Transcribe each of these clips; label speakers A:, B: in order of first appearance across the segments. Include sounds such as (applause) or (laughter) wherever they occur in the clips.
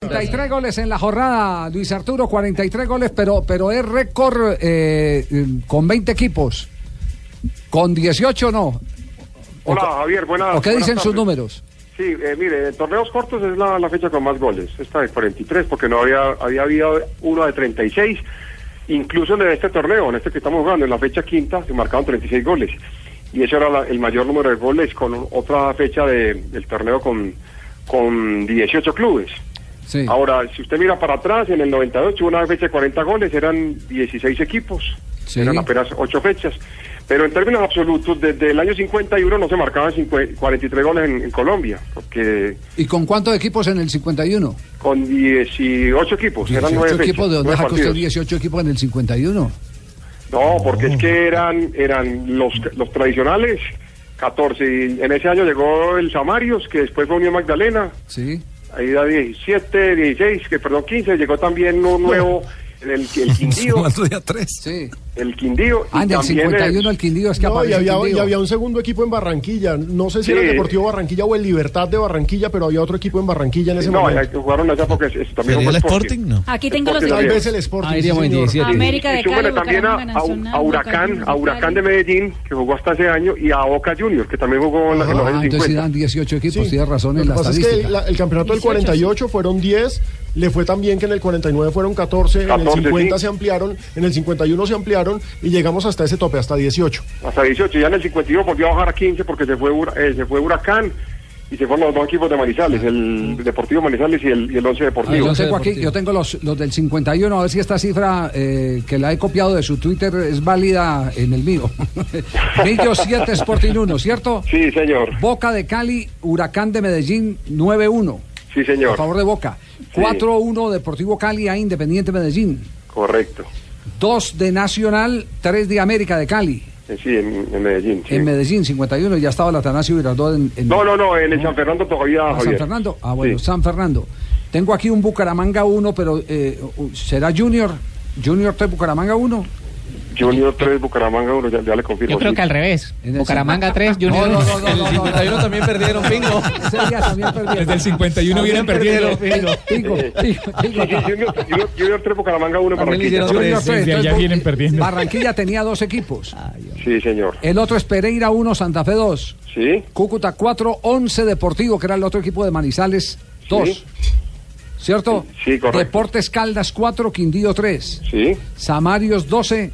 A: 43 goles en la jornada, Luis Arturo, 43 goles, pero, pero es récord eh, con 20 equipos. ¿Con 18 no? ¿O
B: Hola
A: qué-
B: Javier, buenas.
A: ¿O qué
B: Ah, buenas
A: dicen sus
B: tardes.
A: números?
B: Sí, eh, mire, en torneos cortos es la, la fecha con más goles, esta de 43, porque no había, había habido uno de 36, incluso en este torneo, en este que estamos jugando, en la fecha quinta se marcaron 36 goles, y ese era la- el mayor número de goles con otra fecha de- del torneo con, con 18 clubes.
A: Sí.
B: Ahora, si usted mira para atrás, en el 98 hubo una fecha de 40 goles, eran 16 equipos,
A: Sí.
B: eran apenas 8 fechas. Pero en términos absolutos, desde el año 51 no se marcaban 50 43 goles en, en Colombia, porque
A: ¿Y con cuántos equipos en el 51?
B: con 18 equipos, eran 9 fechas.
A: equipos, ¿de dónde
B: nueve
A: sacó usted
B: partidos.
A: 18 equipos en el 51?
B: No, porque es que eran, eran los, los tradicionales, 14. Y en ese año llegó el Samarios, que después fue Unión Magdalena,
A: Sí.
B: Ahí da 17, 16, que perdón, 15, llegó también un nuevo, el, el
C: (laughs)
A: (laughs)
B: Quindío,
D: Sumando de a tres.
A: Sí.
B: el Quindío. y
A: Ah, del
B: también
A: 51 al Quindío es que
E: No, y
A: aparece
E: había,
A: Quindío.
E: y había un segundo equipo en Barranquilla. No sé si era
B: Sí.
E: el Deportivo Barranquilla o el Libertad de Barranquilla, pero había otro equipo en Barranquilla en ese
B: No,
E: momento.
B: jugaron allá porque es- es- también jugó
D: ¿Sería el Sporting? No.
F: Aquí tengo los
B: Deportes
E: Tal
B: había.
E: vez
F: equipos.
E: el Sporting.
G: Ah,
E: sí,
G: iríamos en
E: señor.
G: 17.
F: América de
B: y súmele
F: Cali,
B: también a,
F: Bucaramanga,
B: a-
F: Nacional,
B: a Huracán,
F: Boca
B: a Huracán de Medellín, que jugó hasta ese año, y a Boca Juniors, que también jugó en, la- en los
A: Ah,
B: años
A: entonces
B: 50.
A: eran 18 equipos,
E: Sí.
A: tienes pues, razón
E: Lo
A: en
E: que
A: la
E: pasa es que
A: estadística.
E: el, la- el campeonato del
F: 18,
E: 48 fueron 10, le fue tan bien que en el 49 fueron 14, en
B: 14,
E: el 50
B: sí.
E: se ampliaron, en el 51 se ampliaron y llegamos hasta ese tope, hasta 18.
B: Hasta 18, ya en el 52 volvió a bajar a 15 porque se fue, Hura- eh, se fue Huracán y se fueron los dos equipos de Manizales, el Deportivo Manizales y el, y el Once
A: Ah, yo
B: Deportivo.
G: Once
A: tengo aquí,
G: Deportivo.
A: yo tengo los, los del 51, a ver si esta cifra eh, que la he copiado de su Twitter es válida en el mío. (laughs) Millos 7, Sporting 1, ¿cierto?
B: Sí, señor.
A: Boca de Cali, Huracán de Medellín 9-1,
B: Sí,
A: a
B: señor.
A: favor de Boca. 4-1 Deportivo Cali a Independiente Medellín.
B: Correcto.
A: 2 de Nacional, 3 de América de Cali.
B: Eh, Sí, en, en Medellín. sí.
A: En Medellín 51, ya estaba el Atanasio Girardot en, en-
B: No, no, no, en el San Fernando todavía,
A: ¿A San
B: Javier.
A: Fernando. Ah, bueno,
B: Sí.
A: San Fernando. Tengo aquí un Bucaramanga 1, pero eh, ¿será Junior? ¿Junior 3, Bucaramanga 1?
B: Junior 3, Bucaramanga 1, ya, ya le confirmo.
G: Yo creo
B: sí.
G: que al revés.
A: En el
G: Bucaramanga 3, Junior
A: No, no, no, no,
G: 1.
A: no, no, no, no.
D: perdieron, pingo.
A: Ese día también perdieron.
D: Ah, Desde el 51 vienen perdiendo.
A: Tigo, (laughs) tigo,
B: Eh, Sí,
A: tigo.
B: sí, Junior, Junior, Junior 3, Bucaramanga 1,
D: También le
B: Barranquilla.
D: hicieron-
A: Junior
D: Entonces,
A: tres,
D: desde
A: entonces,
D: allá vienen
A: Bo-
D: perdiendo.
A: Barranquilla tenía dos equipos.
B: Sí, señor.
A: El otro es Pereira 1, Santa Fe 2.
B: Sí,
A: Cúcuta 4, 11 Deportivo, que era el otro equipo de Manizales 2.
B: Sí.
A: ¿Cierto?
B: Sí, sí, correcto.
A: Deportes Caldas 4, Quindío 3.
B: sí.
A: Samarios 12,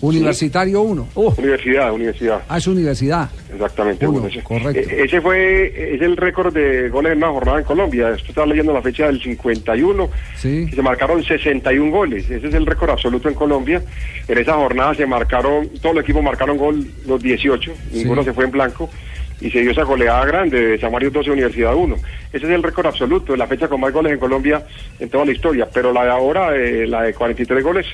A: Universitario 1.
B: Universidad, universidad.
A: Ah, es universidad.
B: Exactamente.
A: Uno,
B: bueno, ese-
A: correcto.
B: eh, Ese fue, es el récord de goles en una jornada en Colombia. Esto está leyendo la fecha del 51.
A: Sí.
B: que Se marcaron 61 goles. Ese es el récord absoluto en Colombia. En esa jornada se marcaron, todos los equipos marcaron gol los 18. Ninguno se fue en blanco. Y se dio esa goleada grande de Samarios 12, Universidad 1. Ese es el récord absoluto, la fecha con más goles en Colombia en toda la historia. Pero la de ahora, eh, la de 43 goles,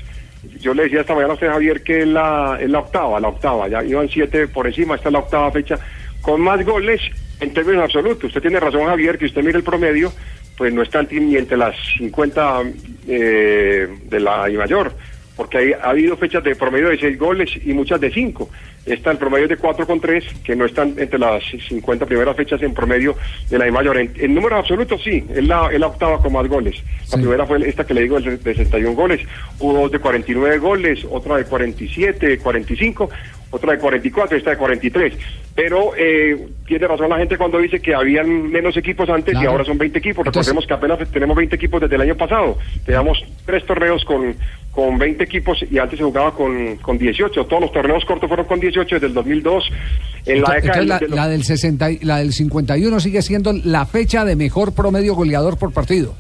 B: yo le decía esta mañana a usted, Javier, que es la, es la octava, la octava, ya iban siete por encima, esta es la octava fecha, con más goles en términos absolutos. Usted tiene razón, Javier, que usted mire el promedio, pues no está ni entre las 50 eh, de la I mayor, porque hay- ha habido fechas de promedio de seis goles y muchas de cinco. Está el promedio es de 4 con 3, que no están entre las 50 primeras fechas en promedio de la I mayor. En, en números absolutos, sí, es la, es la octava con más goles. La
A: Sí.
B: primera primera fue esta que le digo, el de 61 goles, hubo dos de 49 goles, otra de 47, 45, otra de 44, esta de 43. Pero eh, tiene razón la gente cuando dice que habían menos equipos antes y
A: Claro.
B: ahora son 20 equipos.
A: Entonces-
B: Recordemos que apenas tenemos 20 equipos desde el año pasado. Teníamos tres torneos con, con 20 equipos y antes se jugaba con, con 18. Todos los torneos cortos fueron con 18 desde el 2002. En la
A: Entonces,
B: década
A: entonces la,
B: de los-
A: la del 60, y- la del 51 sigue siendo la fecha de mejor promedio goleador por partido.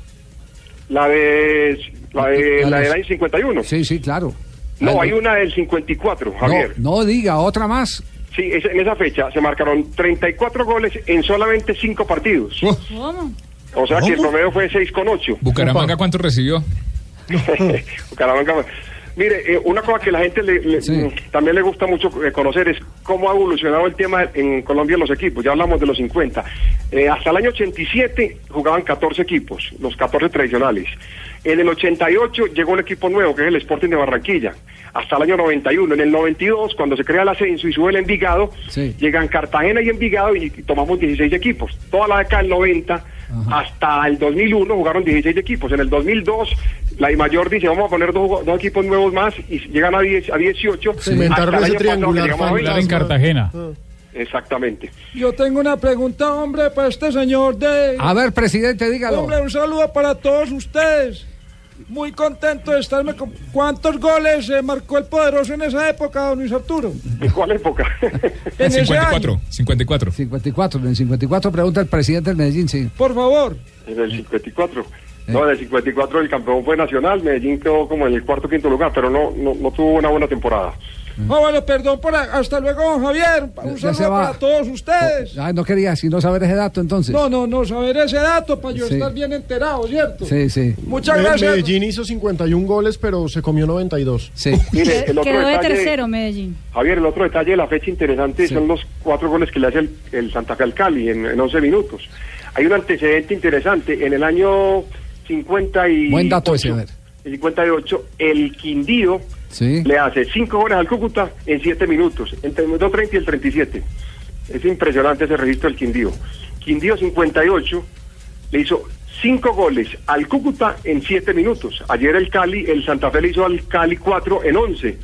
B: la de, la de-
A: La
B: la
A: de-
B: del año 51.
A: Sí, sí, claro. La
B: No,
A: del-
B: hay una del 54,
A: No,
B: Javier.
A: no diga, otra más.
B: Sí, es- en esa fecha se marcaron 34 goles en solamente 5 partidos.
F: ¿Cómo?
B: O sea que el promedio fue 6 con 8.
D: Bucaramanga, ¿cuánto recibió?
B: (laughs) Bucaramanga. Mire, eh, una cosa que la gente le- le-
A: Sí.
B: también le gusta mucho eh, conocer es cómo ha evolucionado el tema en Colombia en los equipos. Ya hablamos de los 50. Eh, hasta el año 87 jugaban 14 equipos, los 14 tradicionales. En el 88 llegó un equipo nuevo, que es el Sporting de Barranquilla, hasta el año 91. En el 92, cuando se crea el ascenso y sube el Envigado,
A: Sí.
B: llegan Cartagena y Envigado y tomamos 16 equipos. Toda la década del 90 Hasta el 2001 jugaron 16 equipos. En el 2002, la I mayor dice, vamos a poner dos, dos equipos nuevos más y llegan a, 10, a 18.
E: Se inventaron
B: Hasta el
E: ese
B: año pasado que
E: triangular
B: llegamos a
D: Triangular
E: fantasma.
D: en Cartagena.
E: Ah.
B: Exactamente.
F: Yo tengo una pregunta, hombre, para este señor de...
A: A ver, presidente, dígalo.
F: Hombre, un saludo para todos ustedes. Muy contento de estarme con... ¿Cuántos goles eh, marcó el poderoso en esa época, don Luis Arturo?
B: ¿En cuál época? (laughs)
F: En ese
D: 54,
F: año.
D: 54.
A: 54, en el 54 pregunta el presidente del Medellín, sí.
F: Por favor.
B: en el 54. No, en el 54 el campeón fue Nacional, Medellín quedó como en el cuarto o quinto lugar, pero no, no, no tuvo una buena temporada.
F: Ah, bueno, perdón por... a- Hasta luego, don Javier. Un
A: Mm. Ya se
F: saludo
A: va.
F: para todos ustedes.
A: Ah, no quería sino saber ese dato entonces.
F: No, no, no, saber ese dato para yo
A: Sí.
F: estar bien enterado, ¿cierto?
A: Sí, sí,
F: Muchas
E: Me-
F: gracias.
E: Medellín hizo 51 goles, pero se comió 92.
A: sí.
B: Mire, el otro
G: Quedó de
B: detalle-
G: tercero Medellín.
B: Javier, el otro detalle de la fecha interesante son los cuatro goles que le hace el, el Santa Fe al Cali en, en 11 minutos. Hay un antecedente interesante. En el año 50 y
A: Buen dato ese, a ver.
B: el 58, el Quindío
A: Sí.
B: le hace cinco goles al Cúcuta en 7 minutos, entre el minuto 30 y el 37. Es impresionante ese registro del Quindío. Quindío 58 le hizo cinco goles al Cúcuta en 7 minutos. Ayer el Cali, el Santa Fe le hizo al Cali 4 en 11.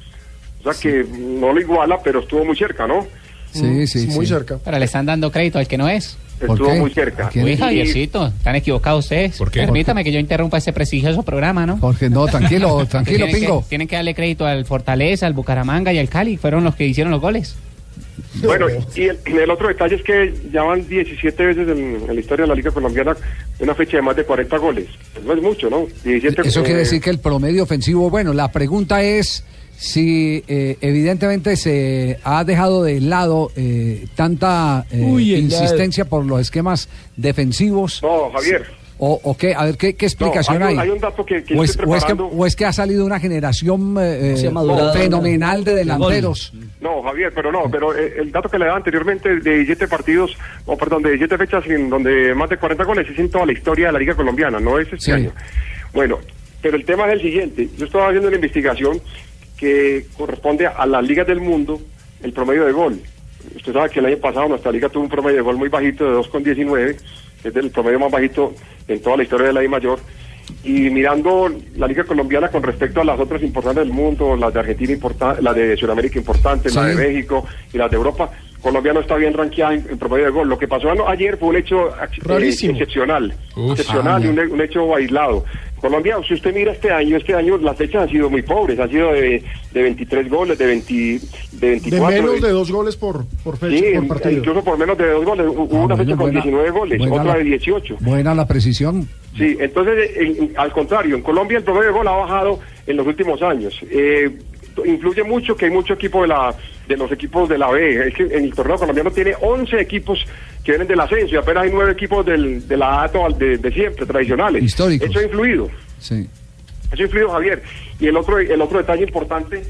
B: O sea que no lo iguala, pero estuvo muy cerca, ¿no?
A: Sí, sí,
E: Muy
A: sí.
E: cerca.
H: Pero le están dando crédito al que no es.
A: ¿Por
B: Estuvo
A: qué?
B: muy cerca.
A: ¿A quién?
H: Uy,
B: Y-
H: Javiercito, están equivocados ustedes.
D: ¿Por qué?
H: Permítame que yo interrumpa ese prestigioso programa, ¿no?
A: Jorge, no, tranquilo, tranquilo,
H: tienen
A: pingo.
H: (laughs) Que, tienen que darle crédito al Fortaleza, al Bucaramanga y al Cali. Fueron los que hicieron los goles.
B: Bueno, y el, el otro detalle es que ya van 17 veces en, en la historia de la Liga Colombiana una fecha de más de 40 goles. No es mucho, ¿no? 17,
A: Eso
B: eh,
A: quiere decir que el promedio ofensivo, bueno, la pregunta es si eh, evidentemente se ha dejado de lado eh, tanta eh,
F: Uy, el lado.
A: insistencia por los esquemas defensivos.
B: No, Javier.
A: O, o qué, a ver, ¿qué, qué explicación
B: hay
A: hay?
B: un- hay un dato que- que
A: o,
B: estoy
A: es, o es que,
B: preparando.
A: o es que ha salido una generación eh,
C: Se ha
A: eh,
C: madurado.
A: fenomenal de delanteros.
B: No, Javier, pero no, pero eh, el dato que le daba anteriormente de 17 partidos, o perdón, de 17 fechas en donde más de 40 goles es en toda la historia de la Liga Colombiana, no es este
A: Sí.
B: año. Bueno, pero el tema es el siguiente. Yo estaba haciendo una investigación que corresponde a las ligas del mundo, el promedio de gol. Usted sabe que el año pasado nuestra liga tuvo un promedio de gol muy bajito de 2,19, que es el promedio más bajito en toda la historia de la I mayor. Y mirando la liga colombiana con respecto a las otras importantes del mundo, las de Argentina importante, las de Sudamérica importantes, la de
A: Sí.
B: México y las de Europa, Colombia no está bien rankeada en, en promedio de gol. Lo que pasó ano- ayer fue un hecho ac- eh,
E: Rarísimo.
B: excepcional,
D: Uf.
B: excepcional y un, he- un hecho aislado. Colombia, si usted mira este año, este año las fechas han sido muy pobres, han sido de, de 23 goles, de 20, de
E: De
B: 24.
E: menos de dos goles por, por fecha,
B: Sí,
E: por partido.
B: incluso por menos de dos goles. Hubo
A: Ah,
B: una
A: bueno,
B: fecha con
A: buena-
B: 19 goles,
A: buena
B: otra
A: la-
B: de 18.
A: Buena la precisión.
B: Sí, entonces, en- en- al contrario, en Colombia el promedio de gol ha bajado en los últimos años. Eh, influye mucho que hay mucho equipo de la de los equipos de la B. Es que en el torneo colombiano tiene 11 equipos que vienen del ascenso y apenas hay 9 equipos del, de la A to- de, de siempre, tradicionales.
A: Históricos.
B: Eso ha influido.
A: Sí.
B: Eso ha influido, Javier. Y el otro, el otro detalle importante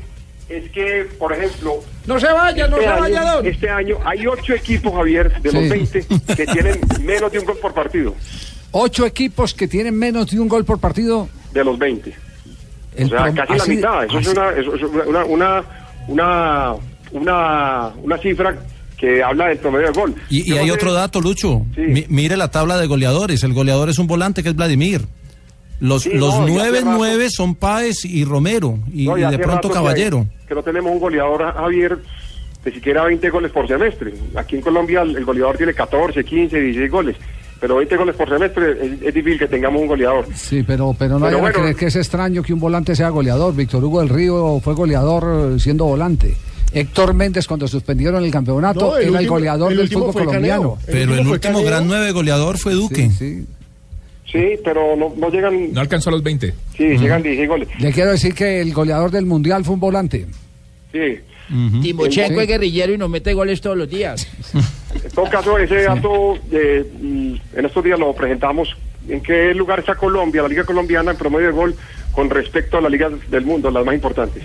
B: es que, por ejemplo,
F: No se vaya, no
B: este
F: se vaya,
B: año,
F: don.
B: este año hay 8 equipos, Javier, de
A: Sí.
B: los 20 que tienen menos de un gol por partido.
A: Ocho equipos que tienen menos de un gol por partido.
B: De los 20.
A: El
B: o sea,
A: prom-
B: casi la
A: así-
B: mitad. Eso es
A: así-
B: una, eso es una, una, una, una, una cifra que habla del promedio de gol.
C: Y, y
B: Yo no
C: hay
B: sé-
C: otro dato, Lucho.
B: Sí.
C: Mi- mire la tabla de goleadores. El goleador es un volante que es Vladimir. Los,
B: Sí,
C: los
B: no, ya
C: nueve,
B: hace rato.
C: nueve son Páez y Romero. Y,
B: No,
C: y
B: ya
C: de
B: hace
C: pronto
B: rato que
C: Caballero.
B: hay- Que, no tenemos un goleador, Javier, de siquiera 20 goles por semestre. Aquí en Colombia el el goleador tiene 14, 15, 16 goles. Pero 20 goles por semestre es, es difícil que tengamos un goleador.
A: Sí, pero, pero no
B: Pero
A: hay
B: bueno.
A: que creer que es extraño que un volante sea goleador. Víctor Hugo del Río fue goleador eh, siendo volante. Héctor Méndez, cuando suspendieron el campeonato,
E: No,
A: era el
E: último-
A: goleador
E: el
A: del
E: último
A: fútbol
E: fue Caneo.
A: colombiano.
C: Pero el
E: fue
C: último
E: Caneo.
C: gran nueve goleador fue Duque.
A: Sí,
B: Sí, pero no, no llegan.
D: No alcanzó a los 20.
B: Sí, llegan 16 goles.
A: sí. Le quiero decir que el goleador del Mundial fue un volante.
B: Sí.
A: Sí.
I: Timochenko es guerrillero y nos mete goles todos los días.
B: En todo caso, ese dato eh, mm, en estos días lo presentamos. ¿En qué lugar está Colombia, la Liga Colombiana, en promedio de gol con respecto a las ligas del mundo, las más importantes?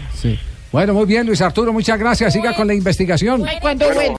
A: Bueno, muy bien, Luis Arturo, muchas gracias. Siga con la investigación.
I: Cuando vuelve.